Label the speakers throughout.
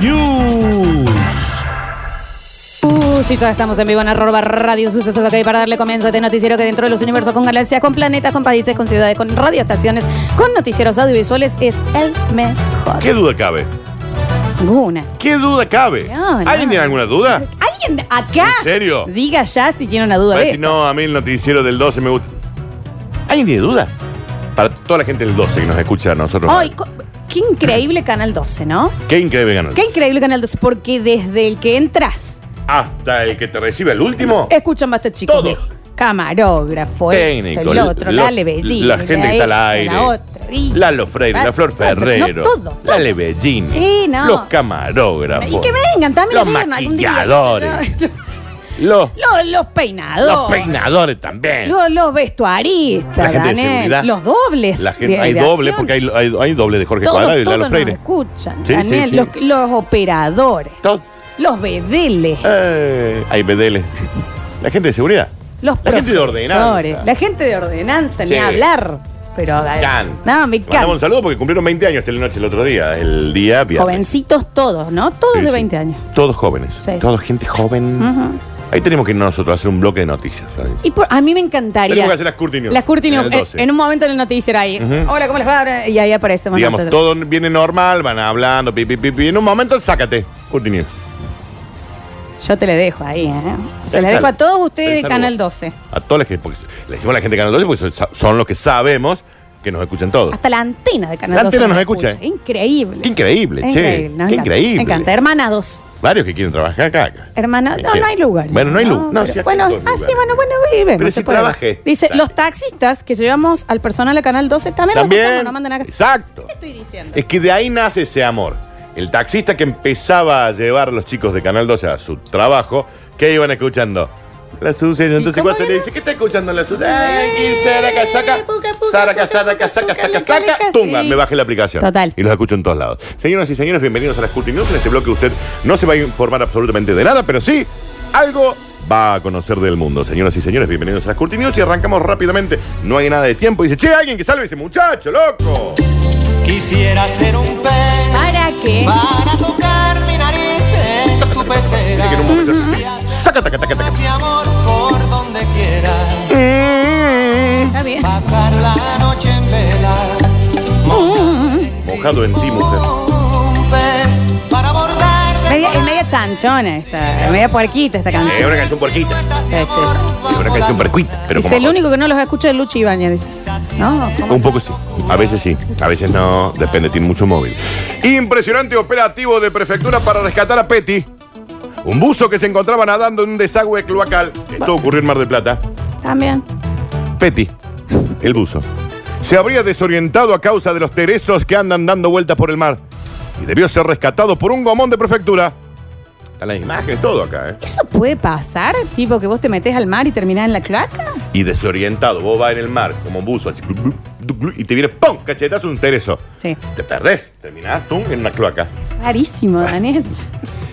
Speaker 1: News.
Speaker 2: Uh, sí, ya estamos en vivo en arroba radio sucesos ok, para darle comienzo a este noticiero que dentro de los universos, con galaxias, con planetas, con países, con ciudades, con radioestaciones, con noticieros audiovisuales es el mejor.
Speaker 3: ¿Qué duda cabe?
Speaker 2: Ninguna.
Speaker 3: ¿Qué duda cabe?
Speaker 2: No, no.
Speaker 3: ¿Alguien tiene alguna duda?
Speaker 2: ¿Alguien acá?
Speaker 3: ¿En serio?
Speaker 2: Diga ya si tiene una duda
Speaker 3: Va a
Speaker 2: de
Speaker 3: decir,
Speaker 2: esto.
Speaker 3: no, a mí el noticiero del 12 me gusta. ¿Alguien tiene duda? Para toda la gente del 12 que nos escucha a nosotros.
Speaker 2: Ay, co- qué increíble Canal 12, ¿no?
Speaker 3: Qué increíble ganar.
Speaker 2: Qué increíble Canal 12, porque desde el que entras,
Speaker 3: Hasta el que te recibe el último.
Speaker 2: escuchan basta chicos.
Speaker 3: Todos.
Speaker 2: viejo. Camarógrafo,
Speaker 3: Técnico,
Speaker 2: esto, el otro,
Speaker 3: lo-
Speaker 2: la Lebellini,
Speaker 3: la gente que está al aire,
Speaker 2: La otra, y-
Speaker 3: Lalo Freire, la Flor
Speaker 2: No, pero no
Speaker 3: Ferrero,
Speaker 2: todo,
Speaker 3: la
Speaker 2: todo.
Speaker 3: Lebellini,
Speaker 2: Sí, no.
Speaker 3: los camarógrafos,
Speaker 2: Y que vengan también
Speaker 3: Ah, Los
Speaker 2: que vengan algún día.
Speaker 3: maquilladores. los,
Speaker 2: Los, los peinados.
Speaker 3: los peinadores también.
Speaker 2: Los, los vestuaristas.
Speaker 3: La gente de
Speaker 2: Daniel.
Speaker 3: seguridad.
Speaker 2: Los dobles.
Speaker 3: La gente-
Speaker 2: de-
Speaker 3: hay
Speaker 2: de
Speaker 3: doble,
Speaker 2: acción.
Speaker 3: porque hay, hay- hay doble de Jorge
Speaker 2: todos,
Speaker 3: Cuadrado y de
Speaker 2: todos
Speaker 3: Lalo
Speaker 2: nos
Speaker 3: Freire.
Speaker 2: escuchan.
Speaker 3: Sí, sí,
Speaker 2: Daniel,
Speaker 3: sí.
Speaker 2: Los, los operadores.
Speaker 3: Todo-
Speaker 2: Los bedeles.
Speaker 3: eh, hay BDL. La gente de seguridad.
Speaker 2: Los
Speaker 3: la gente de
Speaker 2: profesores,
Speaker 3: ordenanza.
Speaker 2: La gente de ordenanza,
Speaker 3: Sí.
Speaker 2: ni hablar. Pero a ver,
Speaker 3: Canta.
Speaker 2: No, me
Speaker 3: Le Mandamos un
Speaker 2: encanta.
Speaker 3: saludo porque cumplieron 20 años Telenoche el otro día, el día viernes.
Speaker 2: Jovencitos todos, ¿no? Todos
Speaker 3: Sí,
Speaker 2: de
Speaker 3: sí.
Speaker 2: 20 años.
Speaker 3: Todos jóvenes.
Speaker 2: Sí, sí.
Speaker 3: Todos gente joven.
Speaker 2: Ujú.
Speaker 3: Ahí tenemos que nosotros hacer un bloque de noticias, Florencia.
Speaker 2: Y por- a mí me encantaría.
Speaker 3: Tenemos que hacer las Curti News.
Speaker 2: Las Curti
Speaker 3: En
Speaker 2: News.
Speaker 3: el
Speaker 2: En,
Speaker 3: 12.
Speaker 2: en un momento en el noticiero ahí.
Speaker 3: Ujú.
Speaker 2: Hola, ¿cómo les va? Y ahí aparecemos
Speaker 3: Digamos,
Speaker 2: nosotros.
Speaker 3: todo viene normal, van hablando, pi, pi, pi, pi. En un momento, sácate. Curti News.
Speaker 2: Yo te le dejo ahí, ¿eh? Se
Speaker 3: Pensalo.
Speaker 2: le dejo a todos ustedes de
Speaker 3: Pensalo
Speaker 2: Canal
Speaker 3: vos.
Speaker 2: 12.
Speaker 3: A toda la gente, porque le decimos a la gente de Canal 12 porque son- son los que sabemos que nos escuchan todos.
Speaker 2: Hasta la antena de Canal
Speaker 3: La
Speaker 2: 12.
Speaker 3: antena nos escucha, ¿eh?
Speaker 2: Increíble.
Speaker 3: Qué increíble, che.
Speaker 2: nos
Speaker 3: Qué
Speaker 2: encanta.
Speaker 3: increíble.
Speaker 2: Me encanta. Hermana 2.
Speaker 3: Varios que quieren trabajar acá. acá.
Speaker 2: Hermana,
Speaker 3: Me
Speaker 2: no, no
Speaker 3: quiero.
Speaker 2: hay lugar.
Speaker 3: Bueno, no hay lugar. No,
Speaker 2: pero-
Speaker 3: sí, acá
Speaker 2: bueno,
Speaker 3: hay todos
Speaker 2: ah, sí,
Speaker 3: lugares.
Speaker 2: bueno, bueno, vive.
Speaker 3: Pero si trabaja este
Speaker 2: Dice,
Speaker 3: taxi.
Speaker 2: los taxistas que llevamos al personal a Canal 12 también, los
Speaker 3: También.
Speaker 2: escuchamos, nos mandan acá. ¿Qué
Speaker 3: Exacto.
Speaker 2: estoy diciendo?
Speaker 3: Es que de ahí nace ese amor. El taxista que empezaba a llevar a los chicos de Canal 12 a su trabajo, ¿qué iban escuchando? La Suce, entonces
Speaker 2: cómo
Speaker 3: cuando se le
Speaker 2: era?
Speaker 3: dice, ¿qué está escuchando la Suce? Ay, Saraca, saca,
Speaker 2: Puca, puca,
Speaker 3: saraca,
Speaker 2: puca,
Speaker 3: saraca,
Speaker 2: puca,
Speaker 3: saca,
Speaker 2: puca,
Speaker 3: saca,
Speaker 2: leca,
Speaker 3: saca,
Speaker 2: leca,
Speaker 3: tumba,
Speaker 2: sí.
Speaker 3: me bajé la aplicación.
Speaker 2: Total.
Speaker 3: Y los escucho en todos lados. Señoras y señores, bienvenidos a las Curti News, en este bloque usted no se va a informar absolutamente de nada, pero sí, algo va a conocer del mundo. Señoras y señores, bienvenidos a las Curti News y arrancamos rápidamente. No hay nada de tiempo. Dice, che, alguien que salve a ese muchacho, loco.
Speaker 4: Quisiera ser un pez
Speaker 2: ¿Para qué?
Speaker 4: para tocar mi nariz en tu pecera.
Speaker 3: Dice que en un momento hace así. Saca, taca, taca, taca.
Speaker 4: Más de amor por donde quiera.
Speaker 2: Está bien.
Speaker 4: Pasar la noche en vela.
Speaker 3: Mojado en ti, mujer.
Speaker 4: Un pez para bordar de
Speaker 2: Media- es
Speaker 4: colores
Speaker 2: media chanchona esta, es media puerquita esta
Speaker 3: Es
Speaker 2: canción.
Speaker 3: Eh, una canción puerquita.
Speaker 4: de
Speaker 2: Sí,
Speaker 4: amor
Speaker 2: sí.
Speaker 3: Es una canción percuita. Pero
Speaker 2: Dice,
Speaker 3: como-
Speaker 2: el único que no los escucha es Luchi Ibañez, dice. No, ¿cómo?
Speaker 3: Un poco sí. A veces sí. A veces no. Depende, tiene mucho móvil. Impresionante operativo de prefectura para rescatar a Petty. Un buzo que se encontraba nadando en un desagüe cloacal. Esto ocurrió en Mar del Plata.
Speaker 2: También.
Speaker 3: Petty, el buzo, se habría desorientado a causa de los teresos que andan dando vueltas por el mar y debió ser rescatado por un gomón de prefectura. Están las imágenes, todo acá, ¿eh?
Speaker 2: ¿Eso puede pasar? Tipo que vos te metés al mar y terminás en la cloaca.
Speaker 3: y desorientado. Vos vas en el mar como un buzo, así, glu, glu, glu, glu, y te viene ¡pum! cachetazo un tereso.
Speaker 2: Sí.
Speaker 3: Te perdés, terminás tú en una cloaca.
Speaker 2: Rarísimo, Daniel.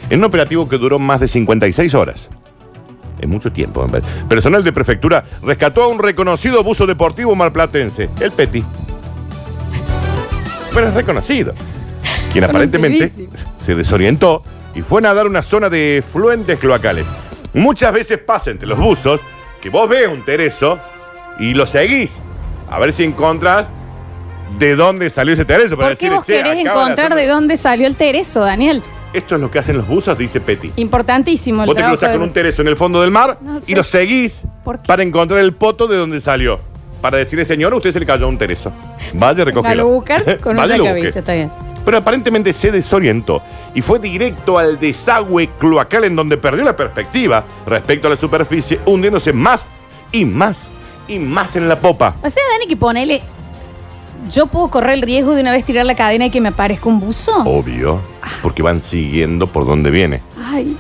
Speaker 3: En un operativo que duró más de 56 horas. Es mucho tiempo, me parece. Personal de prefectura rescató a un reconocido buzo deportivo marplatense, el Peti. Pero es reconocido. Quien aparentemente
Speaker 2: Conocidísimo.
Speaker 3: se desorientó y fue a nadar a una zona de fluentes cloacales. Muchas veces pasa entre los buzos que vos ves un tereso y lo seguís. A ver si encontrás de dónde salió ese tereso. Para
Speaker 2: ¿Por qué
Speaker 3: decirle,
Speaker 2: vos
Speaker 3: "Che,
Speaker 2: querés
Speaker 3: acaba
Speaker 2: encontrar
Speaker 3: hacer-
Speaker 2: de dónde salió el tereso, Daniel?
Speaker 3: Esto es lo que hacen los buzos, dice Peti.
Speaker 2: Importantísimo el
Speaker 3: Vos te
Speaker 2: trabajo
Speaker 3: cruzas
Speaker 2: de-
Speaker 3: con un tereso en el fondo del mar
Speaker 2: No sé.
Speaker 3: y lo seguís
Speaker 2: ¿Por qué?
Speaker 3: para encontrar el poto de donde salió. Para decirle, señor, usted se le cayó un tereso. Vaya,
Speaker 2: Para lo
Speaker 3: recógelo.
Speaker 2: buscar con un
Speaker 3: Vaya, lo
Speaker 2: sacabicho,
Speaker 3: busque.
Speaker 2: está bien.
Speaker 3: Pero aparentemente se desorientó y fue directo al desagüe cloacal en donde perdió la perspectiva respecto a la superficie, hundiéndose más y más y más en la popa.
Speaker 2: O sea, Dani, que ponele. Yo puedo correr el riesgo de una vez tirar la cadena y que me aparezca un buzo.
Speaker 3: Obvio, porque van siguiendo por donde viene.
Speaker 2: Ay,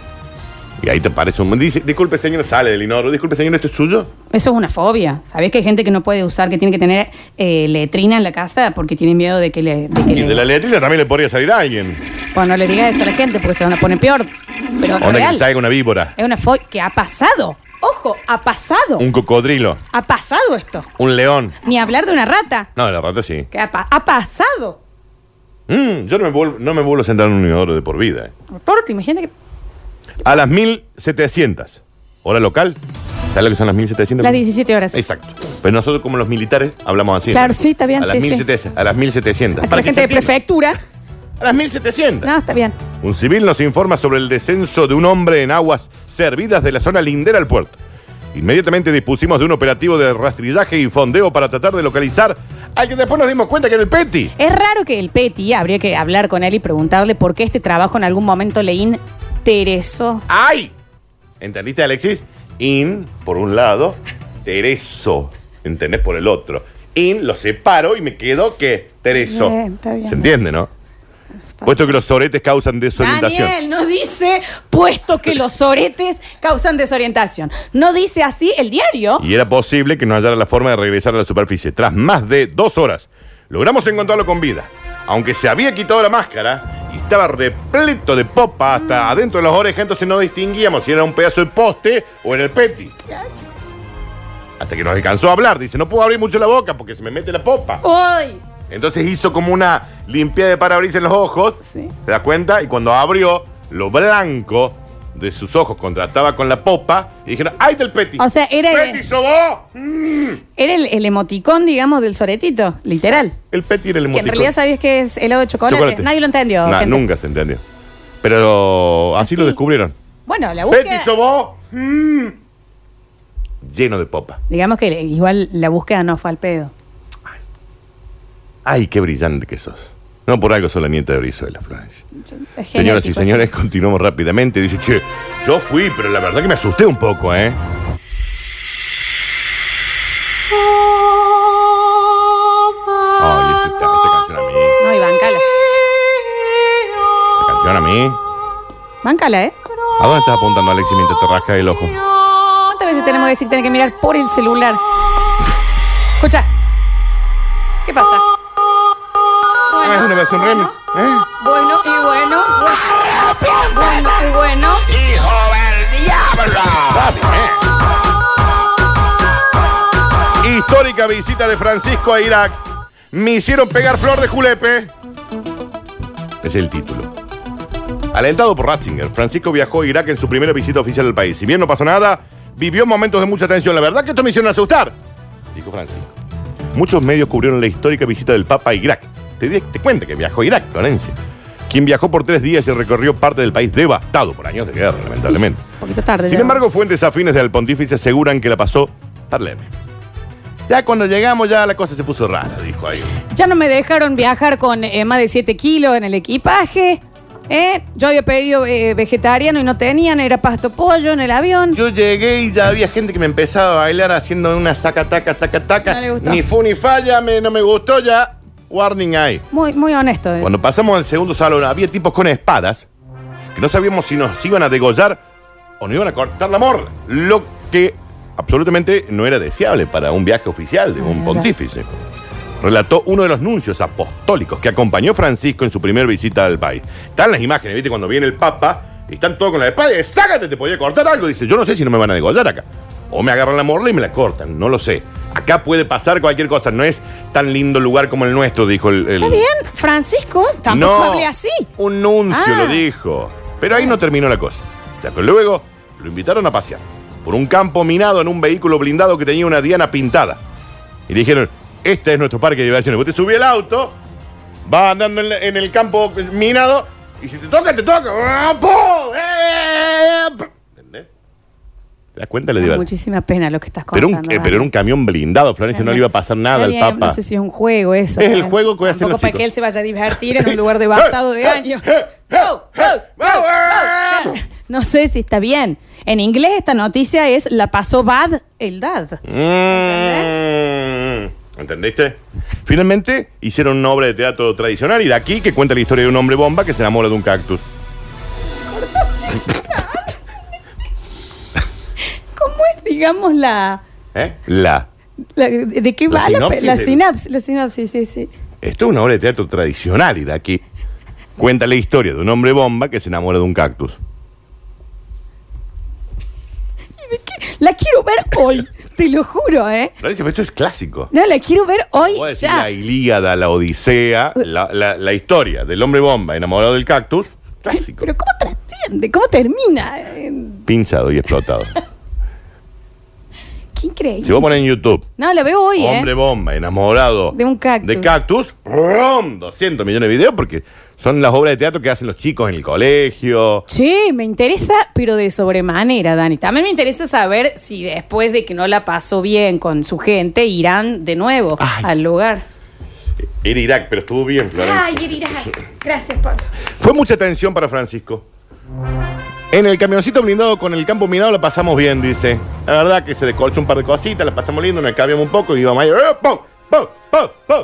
Speaker 3: Y ahí te parece un... Dice, disculpe, señor, sale del inodoro. Disculpe, señor, ¿esto es suyo?
Speaker 2: Eso es una fobia. ¿Sabés que hay gente que no puede usar, que tiene que tener eh, letrina en la casa porque tiene miedo de que le. de que
Speaker 3: Y
Speaker 2: le-
Speaker 3: de la letrina también le podría salir a alguien.
Speaker 2: Bueno, no le digas eso a la gente porque se van a poner peor. Pero
Speaker 3: Onda que
Speaker 2: real.
Speaker 3: le salga una víbora,
Speaker 2: Es una fobia que ha pasado. Ojo, ha pasado.
Speaker 3: un cocodrilo,
Speaker 2: Ha pasado esto.
Speaker 3: un león.
Speaker 2: Ni hablar de una rata.
Speaker 3: No, la rata sí.
Speaker 2: Que ha, pa- ha pasado.
Speaker 3: Mm, yo no me, vuelvo, no me vuelvo a sentar en un inodoro de por vida. eh.
Speaker 2: Porque imagínate que.
Speaker 3: A las 1700, hora local. ¿Sabes lo que son las 1700?
Speaker 2: Las 17 horas.
Speaker 3: Exacto. Pero nosotros, como los militares, hablamos así.
Speaker 2: Claro,
Speaker 3: ¿no?
Speaker 2: sí, está bien,
Speaker 3: A las
Speaker 2: sí, sí.
Speaker 3: 1700. A las 1700.
Speaker 2: Hasta
Speaker 3: Para
Speaker 2: la
Speaker 3: que
Speaker 2: gente de
Speaker 3: se entienda.
Speaker 2: prefectura.
Speaker 3: A las 1700.
Speaker 2: No, está bien.
Speaker 3: Un civil nos informa sobre el descenso de un hombre en aguas servidas de la zona lindera al puerto. Inmediatamente dispusimos de un operativo de rastrillaje y fondeo para tratar de localizar al que después nos dimos cuenta que era el Petty.
Speaker 2: Es raro que el Peti, habría que hablar con él y preguntarle por qué este trabajo en algún momento le interesó.
Speaker 3: ¡Ay! ¿Entendiste, Alexis? In, por un lado, Tereso, ¿entendés? Por el otro. In, lo separo y me quedo que Tereso.
Speaker 2: Bien, está bien.
Speaker 3: ¿Se entiende, no? Puesto que los soretes causan desorientación.
Speaker 2: Daniel no dice, puesto que los oretes causan desorientación. No dice así el diario.
Speaker 3: Y era posible que no hallara la forma de regresar a la superficie. Tras más de dos horas, logramos encontrarlo con vida. Aunque se había quitado la máscara y estaba repleto de popa hasta
Speaker 2: Mm.
Speaker 3: adentro de las orejas, entonces no distinguíamos si era un pedazo de poste o era el peti. Hasta que nos alcanzó a hablar. Dice, no puedo abrir mucho la boca porque se me mete la popa.
Speaker 2: Hoy.
Speaker 3: Entonces hizo como una limpieza de parabrisas en los ojos.
Speaker 2: Sí.
Speaker 3: ¿Se da cuenta? Y cuando abrió, lo blanco de sus ojos contrastaba con la popa y dijeron, ¡ay del peti!
Speaker 2: O sea, era-
Speaker 3: ¡Peti sobó!
Speaker 2: Era el, el emoticón, digamos, del soretito, literal.
Speaker 3: El Petty era el
Speaker 2: Que en
Speaker 3: emoticón.
Speaker 2: realidad sabías que es helado de chocolate.
Speaker 3: Chocolate.
Speaker 2: Nadie lo entendió.
Speaker 3: Nah,
Speaker 2: gente.
Speaker 3: nunca se entendió. Pero así, lo descubrieron.
Speaker 2: Bueno, la
Speaker 3: Petty
Speaker 2: búsqueda.
Speaker 3: Sobó. mm, Lleno de popa.
Speaker 2: Digamos que igual la búsqueda no fue al pedo.
Speaker 3: Ay, qué brillante que sos. No por algo soy la nieta de Brizuela, Florencia.
Speaker 2: Es
Speaker 3: Señoras
Speaker 2: genético.
Speaker 3: y señores, continuamos rápidamente. Dice, che, yo fui, pero la verdad que me asusté un poco, ¿eh? Ay, este- esta, esta canción a mí.
Speaker 2: No, y bancala.
Speaker 3: Esta canción a mí.
Speaker 2: Bancala, ¿eh?
Speaker 3: ¿A dónde estás apuntando, Alexi, mientras te rasca el ojo?
Speaker 2: ¿Cuántas veces tenemos que decir que tienen que mirar por el celular? Escucha. ¿Qué pasa?
Speaker 3: Ah, es
Speaker 2: Bueno,
Speaker 3: una versión remix, ¿eh?
Speaker 2: bueno y bueno. bu- Bueno y bueno.
Speaker 3: Histórica visita de Francisco a Irak. Me hicieron pegar flor de julepe. Es el título. Alentado por Ratzinger, Francisco viajó a Irak en su primera visita oficial al país. Si bien no pasó nada, vivió momentos de mucha tensión. La verdad que esto me hicieron asustar, dijo Francisco. Muchos medios cubrieron la histórica visita del Papa a Irak. Te, di- te cuenta que viajó a Irak, Florencia. Quien viajó por tres días y recorrió parte del país devastado por años de guerra, lamentablemente.
Speaker 2: Un poquito tarde.
Speaker 3: Sin
Speaker 2: ya.
Speaker 3: embargo, fuentes afines del pontífice aseguran que la pasó Parleme. Ya cuando llegamos, ya la cosa se puso rara, dijo ahí.
Speaker 2: Ya no me dejaron viajar con eh, más de 7 kilos en el equipaje. ¿eh? Yo había pedido eh, vegetariano y no tenían, era pasto pollo en el avión.
Speaker 3: Yo llegué y ya había gente que me empezaba a bailar haciendo una saca, taca, taca, taca.
Speaker 2: No le gustó.
Speaker 3: Ni fu ni falla, me- no me gustó ya. Warning ahí.
Speaker 2: Muy, muy honesto. eh.
Speaker 3: Cuando pasamos al segundo salón, había tipos con espadas que no sabíamos si nos iban a degollar o nos iban a cortar la morla. Lo que absolutamente no era deseable para un viaje oficial de un pontífice. Relató uno de los nuncios apostólicos que acompañó Francisco en su primera visita al país. Están las imágenes, ¿viste? Cuando viene el Papa, y están todos con la espada y dice, sácate, te podía cortar algo. Dice, yo no sé si no me van a degollar acá. O me agarran la morla y me la cortan, no lo sé. Acá puede pasar cualquier cosa, no es tan lindo lugar como el nuestro, dijo el... el-
Speaker 2: Está bien, Francisco, tampoco hablé así.
Speaker 3: un nuncio
Speaker 2: Ah.
Speaker 3: lo dijo. Pero ahí no terminó la cosa. Ya que luego lo invitaron a pasear por un campo minado en un vehículo blindado que tenía una diana pintada. Y le dijeron, este es nuestro parque de diversiones. Usted subí el auto, va andando en, la- en el campo minado y si te toca, te toca. ¡Ah, po! ¡Eh! ¿Entendés? ¿Te das cuenta? Le
Speaker 2: Da
Speaker 3: digo.
Speaker 2: Ah, Muchísima pena lo que estás
Speaker 3: Pero,
Speaker 2: contando.
Speaker 3: un- eh, pero era un camión blindado, Florencia, no le iba a pasar nada al
Speaker 2: Está bien,
Speaker 3: Papa.
Speaker 2: No sé si es un juego eso. ¿eh?
Speaker 3: Es el juego que hacen
Speaker 2: Tampoco
Speaker 3: los
Speaker 2: para
Speaker 3: chicos.
Speaker 2: que él se vaya a divertir en un lugar devastado de años. No sé si está bien. En inglés esta noticia es la pasó bad el dad.
Speaker 3: Mm. ¿Entendiste? Finalmente hicieron una obra de teatro tradicional y de aquí que cuenta la historia de un hombre bomba que se enamora de un cactus.
Speaker 2: ¿Cómo es, digamos, la,
Speaker 3: ¿Eh? La.
Speaker 2: La- ¿De qué
Speaker 3: La
Speaker 2: va la pe-
Speaker 3: sinopsis
Speaker 2: la,
Speaker 3: de-
Speaker 2: sinapsis? La sinapsis, sí, sí.
Speaker 3: Esto es una obra de teatro tradicional y de aquí. Cuenta la historia de un hombre bomba que se enamora de un cactus.
Speaker 2: La quiero ver hoy, te lo juro, ¿eh?
Speaker 3: Florencia, pero esto es clásico.
Speaker 2: No, la quiero ver hoy
Speaker 3: Puedo decir
Speaker 2: ya.
Speaker 3: la Ilíada, la Odisea, la, la- la historia del hombre bomba enamorado del cactus. Clásico.
Speaker 2: Pero ¿cómo trasciende? ¿Cómo termina? Eh,
Speaker 3: Pinchado y explotado.
Speaker 2: ¿Qué
Speaker 3: Si vos
Speaker 2: increíble?
Speaker 3: pones en YouTube,
Speaker 2: No, la veo hoy,
Speaker 3: hombre
Speaker 2: ¿eh?
Speaker 3: bomba enamorado
Speaker 2: De un cactus.
Speaker 3: de cactus, ¡rum! 200 millones de videos porque son las obras de teatro que hacen los chicos en el colegio.
Speaker 2: Che, me interesa, pero de sobremanera, Dani. También me interesa saber si después de que no la pasó bien con su gente, irán de nuevo
Speaker 3: Ay.
Speaker 2: al lugar.
Speaker 3: Era Irak, pero estuvo bien, Florencia.
Speaker 2: ir, irán. Gracias, Pablo.
Speaker 3: Fue mucha tensión para Francisco. En el camioncito blindado con el campo minado la pasamos bien, dice. La verdad que se descolchó un par de cositas, la pasamos lindo, nos cambiamos un poco y íbamos ahí. ¡eh, pum, pum, pum, pum!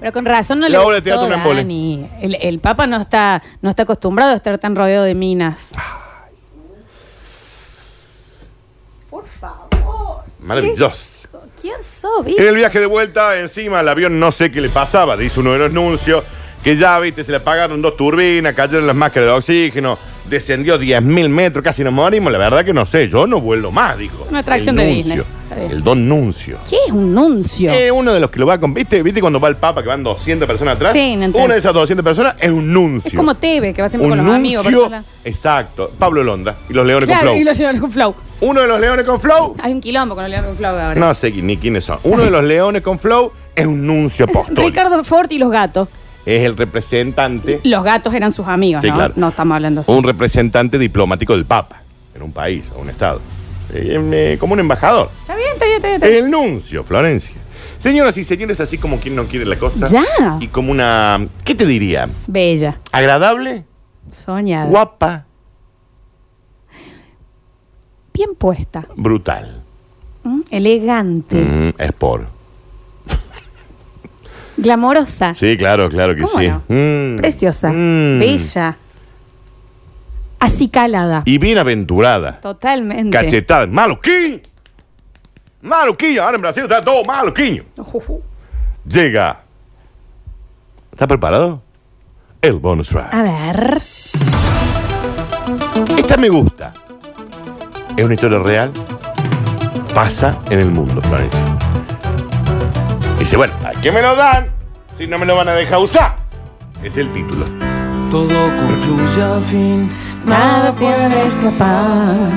Speaker 2: Pero con razón no
Speaker 3: La
Speaker 2: le
Speaker 3: obra de
Speaker 2: gustó,
Speaker 3: teatro, un embole.
Speaker 2: Dani. El, el Papa no está, no está acostumbrado a estar tan rodeado de minas. Por favor.
Speaker 3: Maravilloso.
Speaker 2: ¿Quién soy?
Speaker 3: En el viaje de vuelta, encima, el avión no sé qué le pasaba, dice uno de los nuncios, que ya, viste, se le apagaron dos turbinas, cayeron las máscaras de oxígeno, descendió 10.000 metros, casi nos morimos. La verdad que no sé, yo no vuelo más, dijo.
Speaker 2: Una atracción
Speaker 3: El
Speaker 2: de
Speaker 3: nuncio,
Speaker 2: Disney. Está bien.
Speaker 3: El don nuncio.
Speaker 2: ¿Qué es un nuncio?
Speaker 3: Eh, uno de los que lo va a comp- ¿Viste? ¿Viste cuando va el Papa que van 200 personas atrás?
Speaker 2: Sí, no entiendo.
Speaker 3: Una de esas 200 personas es un nuncio.
Speaker 2: es como Teve, que va siempre
Speaker 3: un
Speaker 2: con los
Speaker 3: nuncio,
Speaker 2: amigos. pero-
Speaker 3: Exacto. Pablo Londra y los Leones
Speaker 2: Claro,
Speaker 3: con
Speaker 2: y
Speaker 3: Flow.
Speaker 2: los llevan con flow.
Speaker 3: Uno de los Leones con Flow.
Speaker 2: Hay un quilombo con los llevan con flow ahora.
Speaker 3: No sé ni quiénes son. Uno de los Leones con Flow es un nuncio apóstol.
Speaker 2: Ricardo Ford y los gatos.
Speaker 3: Es el representante,
Speaker 2: Los gatos eran sus amigos,
Speaker 3: Sí,
Speaker 2: ¿no?
Speaker 3: claro.
Speaker 2: No estamos hablando.
Speaker 3: un representante diplomático del Papa en un país o un estado. Eh, eh, como un embajador.
Speaker 2: Está bien, está bien, está bien. está bien.
Speaker 3: El nuncio, Florencia. Señoras y señores, así como quien no quiere la cosa.
Speaker 2: Ya.
Speaker 3: Y como una. ¿Qué te diría?
Speaker 2: Bella,
Speaker 3: ¿Agradable?
Speaker 2: soñada,
Speaker 3: Guapa,
Speaker 2: bien puesta,
Speaker 3: brutal.
Speaker 2: ¿m? elegante,
Speaker 3: Ujú, es por.
Speaker 2: glamorosa,
Speaker 3: Mm. Sí, claro, claro que
Speaker 2: ¿Cómo
Speaker 3: sí.
Speaker 2: no?
Speaker 3: Mm.
Speaker 2: preciosa,
Speaker 3: Mm.
Speaker 2: bella, acicalada.
Speaker 3: Y bien aventurada.
Speaker 2: Totalmente.
Speaker 3: Cachetada. Maluquiño. Maluquiño. Ahora en Brasil está todo maluquiño.
Speaker 2: Ujujú.
Speaker 3: Llega. ¿Está preparado? El bonus track.
Speaker 2: A ver.
Speaker 3: Esta Este me gusta. Es una historia real. Pasa en el mundo, Florencia. Dice, bueno, ¿a qué me lo dan? Si no me lo van a dejar usar. Es el título.
Speaker 5: Todo concluye al fin, nada puede
Speaker 2: escapar.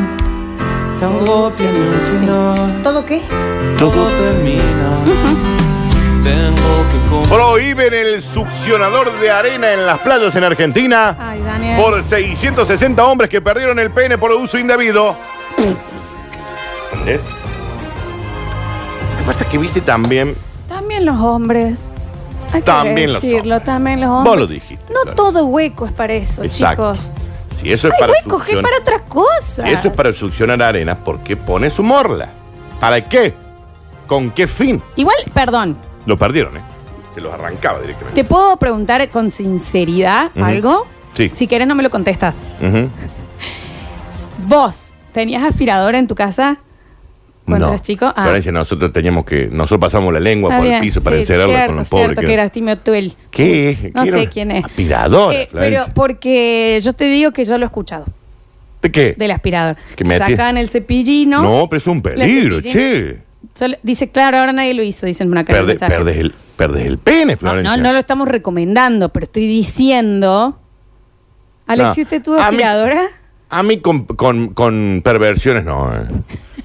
Speaker 5: todo tiene un final,
Speaker 2: ¿Todo qué?
Speaker 5: todo termina. Tengo que con-
Speaker 3: Prohíben el succionador de arena en las playas en Argentina
Speaker 2: Ay, Daniel.
Speaker 3: por 660 hombres que perdieron el pene por uso indebido. ¿Eh? Lo que pasa es que viste también.
Speaker 2: También los hombres. Hay que
Speaker 3: También los
Speaker 2: decirlo,
Speaker 3: hombres.
Speaker 2: también los hombres.
Speaker 3: Vos lo dijiste.
Speaker 2: No
Speaker 3: Flor.
Speaker 2: todo hueco es para eso,
Speaker 3: Exacto.
Speaker 2: chicos.
Speaker 3: Si eso es
Speaker 2: Hay
Speaker 3: para
Speaker 2: huecos que es
Speaker 3: succionar-
Speaker 2: para otras cosas.
Speaker 3: Si eso es para succionar arena, ¿por qué pone su morla? ¿Para qué? ¿Con qué fin?
Speaker 2: Igual, perdón,
Speaker 3: Lo perdieron, ¿eh? Se los arrancaba directamente.
Speaker 2: ¿te puedo preguntar con sinceridad
Speaker 3: Ujú.
Speaker 2: algo?
Speaker 3: Sí.
Speaker 2: Si querés no me lo contestas.
Speaker 3: Ujú.
Speaker 2: ¿Vos tenías aspiradora en tu casa cuando
Speaker 3: No.
Speaker 2: eras chico? Ah,
Speaker 3: Florencia, nosotros teníamos que. Nosotros pasamos la lengua
Speaker 2: está
Speaker 3: por el
Speaker 2: bien.
Speaker 3: piso para
Speaker 2: Sí,
Speaker 3: encerrarla
Speaker 2: cierto,
Speaker 3: con los pobres.
Speaker 2: cierto,
Speaker 3: que-
Speaker 2: que eras Timmy O'Toole.
Speaker 3: ¿Qué es?
Speaker 2: No
Speaker 3: ¿Qué
Speaker 2: sé
Speaker 3: era?
Speaker 2: quién es.
Speaker 3: Aspiradora,
Speaker 2: Eh, pero
Speaker 3: Florencia.
Speaker 2: porque yo te digo que yo lo he escuchado,
Speaker 3: ¿De qué?
Speaker 2: del aspirador.
Speaker 3: Que me ati-
Speaker 2: Sacan el cepillino.
Speaker 3: ¿no? pero es un
Speaker 2: La
Speaker 3: peligro,
Speaker 2: cepillina.
Speaker 3: che.
Speaker 2: Yo le- dice, claro, ahora nadie lo hizo, dicen una cara de
Speaker 3: Perde-
Speaker 2: mensaje.
Speaker 3: perdes, el, perdes el pene,
Speaker 2: No,
Speaker 3: Florencia.
Speaker 2: no, no lo estamos recomendando, pero estoy diciendo. Alexi,
Speaker 3: No.
Speaker 2: ¿usted tuvo
Speaker 3: A mí-
Speaker 2: aspiradora?
Speaker 3: A mí con, con- con perversiones no. eh.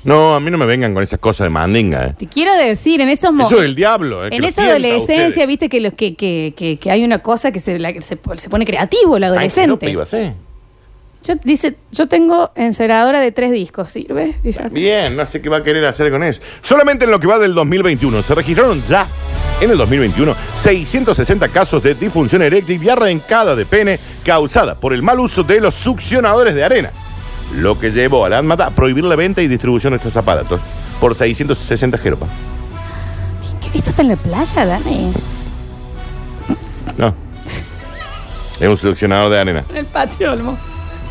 Speaker 3: No, a mí no me vengan con esas cosas de mandinga. eh.
Speaker 2: Te quiero decir, en esos
Speaker 3: Eso es
Speaker 2: momentos.
Speaker 3: el diablo. eh, que
Speaker 2: En
Speaker 3: los
Speaker 2: esa
Speaker 3: tienta a
Speaker 2: adolescencia,
Speaker 3: ustedes.
Speaker 2: viste que, los que, que, que, que hay una cosa que se, la- que se, po- se pone creativo el
Speaker 3: Ay,
Speaker 2: adolescente.
Speaker 3: no, pibas, eh.
Speaker 2: Yo, dice, yo tengo enceradora de tres discos, ¿sirve? Dice.
Speaker 3: Bien, no sé qué va a querer hacer con eso. Solamente en lo que va del 2021. Se registraron ya en el 2021 660 casos de disfunción eréctil y arrancada de pene causada por el mal uso de los succionadores de arena. Lo que llevó a la ANMAT a prohibir la venta y distribución de estos aparatos por 660 jeropas.
Speaker 2: ¿Qué- ¿Esto está en la playa, Dani?
Speaker 3: No. Es un succionador de arena.
Speaker 2: En el patio, Olmo.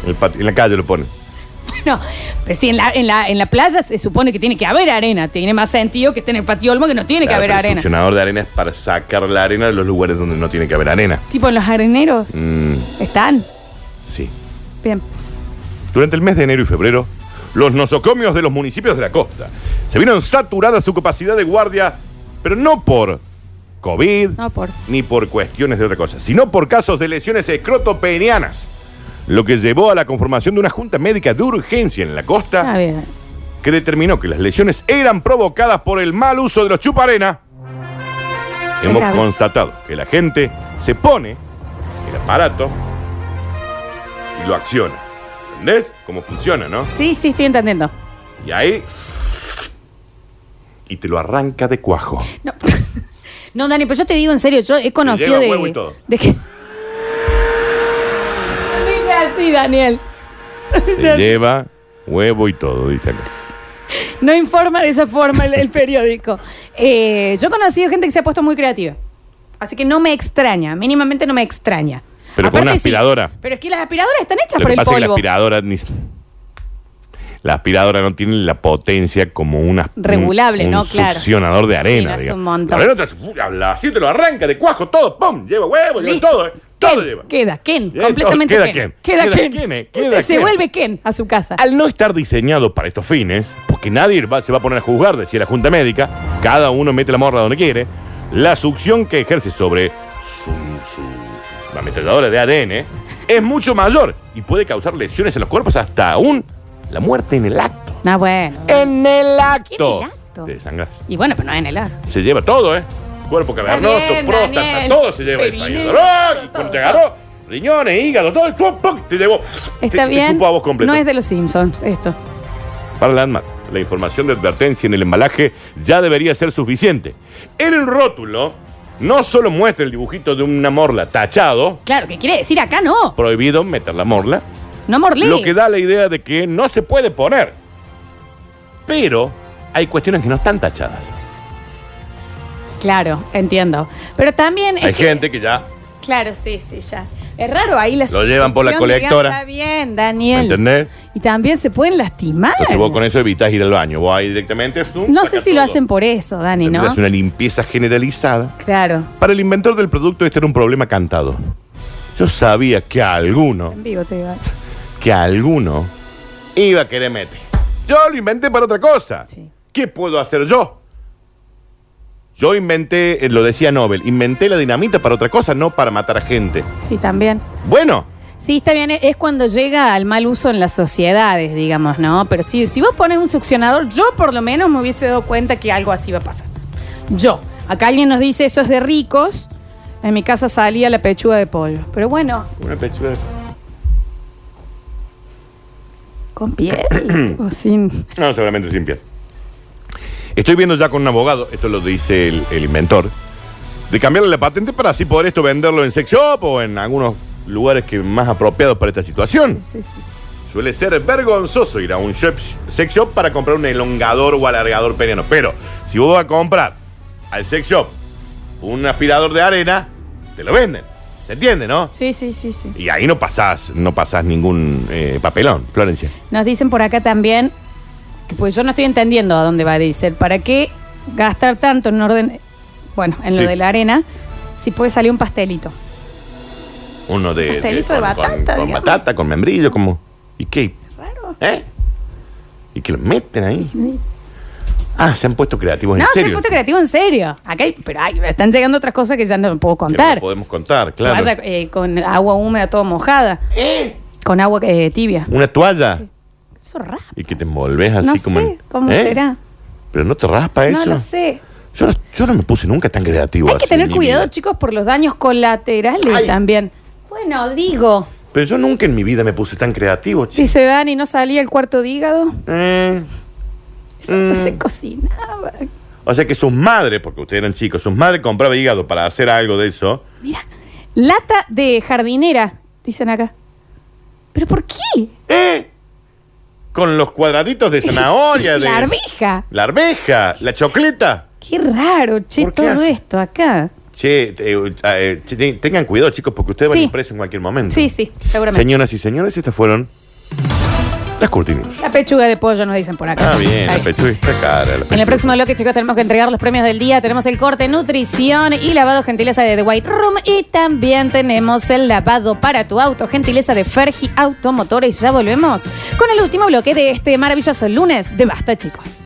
Speaker 3: En, el patio- en la calle lo ponen.
Speaker 2: No, pues si en la, en, la, en la playa se supone que tiene que haber arena. Tiene más sentido que esté en el patio Olmo que no tiene
Speaker 3: Claro,
Speaker 2: que
Speaker 3: pero
Speaker 2: haber
Speaker 3: El
Speaker 2: arena.
Speaker 3: succionador de arena es para sacar la arena de los lugares donde no tiene que haber arena.
Speaker 2: Tipo en los areneros.
Speaker 3: Mm,
Speaker 2: Están.
Speaker 3: sí.
Speaker 2: Bien.
Speaker 3: Durante el mes de enero y febrero, los nosocomios de los municipios de la costa se vieron saturadas su capacidad de guardia, pero no por COVID,
Speaker 2: No por.
Speaker 3: ni por cuestiones de otra cosa, sino por casos de lesiones escrotopenianas, lo que llevó a la conformación de una junta médica de urgencia en la
Speaker 2: Está
Speaker 3: costa
Speaker 2: Ah, bien.
Speaker 3: que determinó que las lesiones eran provocadas por el mal uso de los chuparena. Hemos
Speaker 2: graves.
Speaker 3: constatado que la gente se pone el aparato y lo acciona. ¿Entendés? Cómo funciona, ¿no?
Speaker 2: Sí, sí, estoy entendiendo.
Speaker 3: Y ahí. Y te lo arranca de cuajo.
Speaker 2: No. No, Dani, pero yo te digo en serio, yo he conocido
Speaker 3: lleva
Speaker 2: de.
Speaker 3: huevo y todo.
Speaker 2: de que... Dice así, Daniel.
Speaker 3: Se lleva huevo y todo, dice acá.
Speaker 2: No informa de esa forma el, el periódico. Eh, yo he conocido gente que se ha puesto muy creativa. Así que no me extraña, mínimamente no me extraña.
Speaker 3: Pero con una
Speaker 2: sí,
Speaker 3: aspiradora.
Speaker 2: pero es que las aspiradoras están hechas
Speaker 3: Lo
Speaker 2: por
Speaker 3: que
Speaker 2: el
Speaker 3: pasa es que la
Speaker 2: polvo.
Speaker 3: aspiradora ni- La aspiradora no tiene la potencia como una. un-
Speaker 2: Regulable,
Speaker 3: un
Speaker 2: ¿no? Claro.
Speaker 3: succionador de
Speaker 2: Sí, no
Speaker 3: arena.
Speaker 2: hace
Speaker 3: digamos.
Speaker 2: un montón.
Speaker 3: La arena te- habla así, te lo arranca de cuajo, todo, ¡pum! Lleva huevo, lleva
Speaker 2: Listo.
Speaker 3: todo, eh, todo
Speaker 2: Ken,
Speaker 3: lleva.
Speaker 2: Queda Ken,
Speaker 3: Bien,
Speaker 2: completamente
Speaker 3: todo, queda Ken.
Speaker 2: Queda
Speaker 3: Queda
Speaker 2: Ken.
Speaker 3: Ken, eh, queda
Speaker 2: Usted se
Speaker 3: Ken.
Speaker 2: vuelve Ken a su casa.
Speaker 3: Al no estar diseñado para estos fines, porque nadie va- se va a poner a juzgar, decía la Junta Médica, cada uno mete la morra donde quiere, la succión que ejerce sobre su, su- su ametralladora de ADN es mucho mayor y puede causar lesiones en los cuerpos hasta aún la muerte en el acto.
Speaker 2: No, bueno.
Speaker 3: En el
Speaker 2: ¿En el
Speaker 3: acto.
Speaker 2: acto?
Speaker 3: De sangras.
Speaker 2: Y bueno, pero no es en el ar.
Speaker 3: Se lleva todo, ¿eh? Cuerpo cavernoso,
Speaker 2: Está bien,
Speaker 3: próstata,
Speaker 2: Daniel.
Speaker 3: todo se lleva.
Speaker 2: Perineo,
Speaker 3: Desayuno, ¡ah! Y
Speaker 2: todo,
Speaker 3: cuando
Speaker 2: todo,
Speaker 3: te agarró, riñones, hígado, todo, ¡pum, pum! te llevó. Te-
Speaker 2: Está
Speaker 3: te
Speaker 2: bien.
Speaker 3: chupó a vos completo.
Speaker 2: No es de los Simpsons esto.
Speaker 3: Para la ANMAT, la información de advertencia en el embalaje ya debería ser suficiente. En el rótulo no solo muestra el dibujito de una morla tachado,
Speaker 2: Claro, ¿qué quiere decir acá? No.
Speaker 3: prohibido meter la morla,
Speaker 2: No morlí.
Speaker 3: lo que da la idea de que no se puede poner. Pero hay cuestiones que no están tachadas.
Speaker 2: Claro, entiendo. Pero también. es
Speaker 3: Hay
Speaker 2: que-
Speaker 3: gente que ya,
Speaker 2: Claro, sí, sí, ya. Es raro ahí la
Speaker 3: Lo llevan por la
Speaker 2: succión, digamos,
Speaker 3: colectora.
Speaker 2: Está bien, Daniel.
Speaker 3: ¿me entendés?
Speaker 2: Y también se pueden lastimar.
Speaker 3: Entonces vos con eso evitas ir al baño, vos ahí directamente... zoom,
Speaker 2: No sé
Speaker 3: sacas
Speaker 2: si lo
Speaker 3: todo.
Speaker 2: hacen por eso, Dani, ¿no?
Speaker 3: Es una limpieza generalizada.
Speaker 2: Claro.
Speaker 3: Para el inventor del producto este era un problema cantado. Yo sabía que a alguno
Speaker 2: En vivo te digo.
Speaker 3: que alguno iba a querer meter. Yo lo inventé para otra cosa.
Speaker 2: Sí.
Speaker 3: ¿Qué puedo hacer yo? Yo inventé, eh, lo decía Nobel, inventé la dinamita para otra cosa, no para matar a gente.
Speaker 2: Sí, también.
Speaker 3: Bueno,
Speaker 2: Sí, está bien. Es cuando llega al mal uso en las sociedades, digamos, ¿no? Pero si, si vos pones un succionador, yo por lo menos me hubiese dado cuenta que algo así iba a pasar. Yo. Acá alguien nos dice, eso es de ricos. En mi casa salía la pechuga de pollo. Pero bueno,
Speaker 3: una pechuga de-
Speaker 2: con piel o sin...
Speaker 3: No, seguramente sin piel. Estoy viendo ya con un abogado, esto lo dice el, el inventor, de cambiarle la patente para así poder esto venderlo en sex shop o en algunos lugares que más apropiados para esta situación.
Speaker 2: Sí, sí, sí.
Speaker 3: Suele ser vergonzoso ir a un shop- sex shop para comprar un elongador o alargador peniano. Pero si vos vas a comprar al sex shop un aspirador de arena, te lo venden. ¿Se entiende, no?
Speaker 2: Sí, sí, sí, sí.
Speaker 3: Y ahí no pasás, no pasás ningún eh, papelón, Florencia.
Speaker 2: Nos dicen por acá también, que pues yo no estoy entendiendo a dónde va Diesel. ¿Para qué gastar tanto en orden, bueno, en lo
Speaker 3: Sí.
Speaker 2: de la arena, si puede salir un pastelito?
Speaker 3: Uno de.
Speaker 2: Pastelito de
Speaker 3: con- con-
Speaker 2: batata,
Speaker 3: Con,
Speaker 2: digamos.
Speaker 3: batata, con membrillo, como. ¿Y qué?
Speaker 2: Raro.
Speaker 3: ¿Eh? ¿Y que lo meten ahí? Ah, se han puesto creativos
Speaker 2: No,
Speaker 3: en
Speaker 2: soy
Speaker 3: serio.
Speaker 2: puesto creativo en serio. Acá hay- pero hay- están llegando otras cosas que ya no puedo
Speaker 3: Que no
Speaker 2: contar.
Speaker 3: podemos contar,
Speaker 2: Que
Speaker 3: claro.
Speaker 2: Vaya eh, con agua húmeda, todo mojada.
Speaker 3: ¿Eh?
Speaker 2: Con agua eh, tibia.
Speaker 3: Una toalla.
Speaker 2: Eso es raro.
Speaker 3: Y que te envolves así
Speaker 2: no
Speaker 3: como.
Speaker 2: sé
Speaker 3: en-
Speaker 2: cómo
Speaker 3: ¿Eh?
Speaker 2: será.
Speaker 3: Pero no te raspa eso.
Speaker 2: No lo sé.
Speaker 3: Yo, no- yo no me puse nunca tan creativo.
Speaker 2: Hay que
Speaker 3: así en
Speaker 2: tener
Speaker 3: mi
Speaker 2: cuidado,
Speaker 3: vida.
Speaker 2: chicos, por los daños colaterales
Speaker 3: Ay.
Speaker 2: también. Bueno, digo,
Speaker 3: Pero yo nunca en mi vida me puse tan creativo, chico.
Speaker 2: dice Dani, no salía el cuarto de hígado.
Speaker 3: Eh,
Speaker 2: Eso no
Speaker 3: Mm.
Speaker 2: se cocinaba.
Speaker 3: o sea que sus madres, porque ustedes eran chicos, sus madres compraban hígado para hacer algo de eso.
Speaker 2: Mira, lata de jardinera, dicen acá. ¿Pero por qué?
Speaker 3: ¿Eh? Con los cuadraditos de zanahoria, de.
Speaker 2: La arveja.
Speaker 3: La arveja, la chocleta.
Speaker 2: Qué raro, che,
Speaker 3: ¿Por qué
Speaker 2: todo
Speaker 3: hace?
Speaker 2: esto acá.
Speaker 3: Che, te- eh, eh, che, te- tengan cuidado, chicos, porque ustedes van
Speaker 2: Sí.
Speaker 3: impresos en cualquier momento.
Speaker 2: Sí, sí, seguramente.
Speaker 3: Señoras y señores, estas fueron Las Curti News.
Speaker 2: La pechuga de pollo nos dicen por acá.
Speaker 3: Ah, bien, la
Speaker 2: Ahí.
Speaker 3: pechuga está cara. la
Speaker 2: En
Speaker 3: pechuga.
Speaker 2: el próximo bloque, chicos, tenemos que entregar los premios del día. Tenemos el corte nutrición y lavado gentileza de The White Room. Y también tenemos el lavado para tu auto, gentileza de Fergie Automotores. Ya volvemos con el último bloque de este maravilloso lunes de Basta, chicos.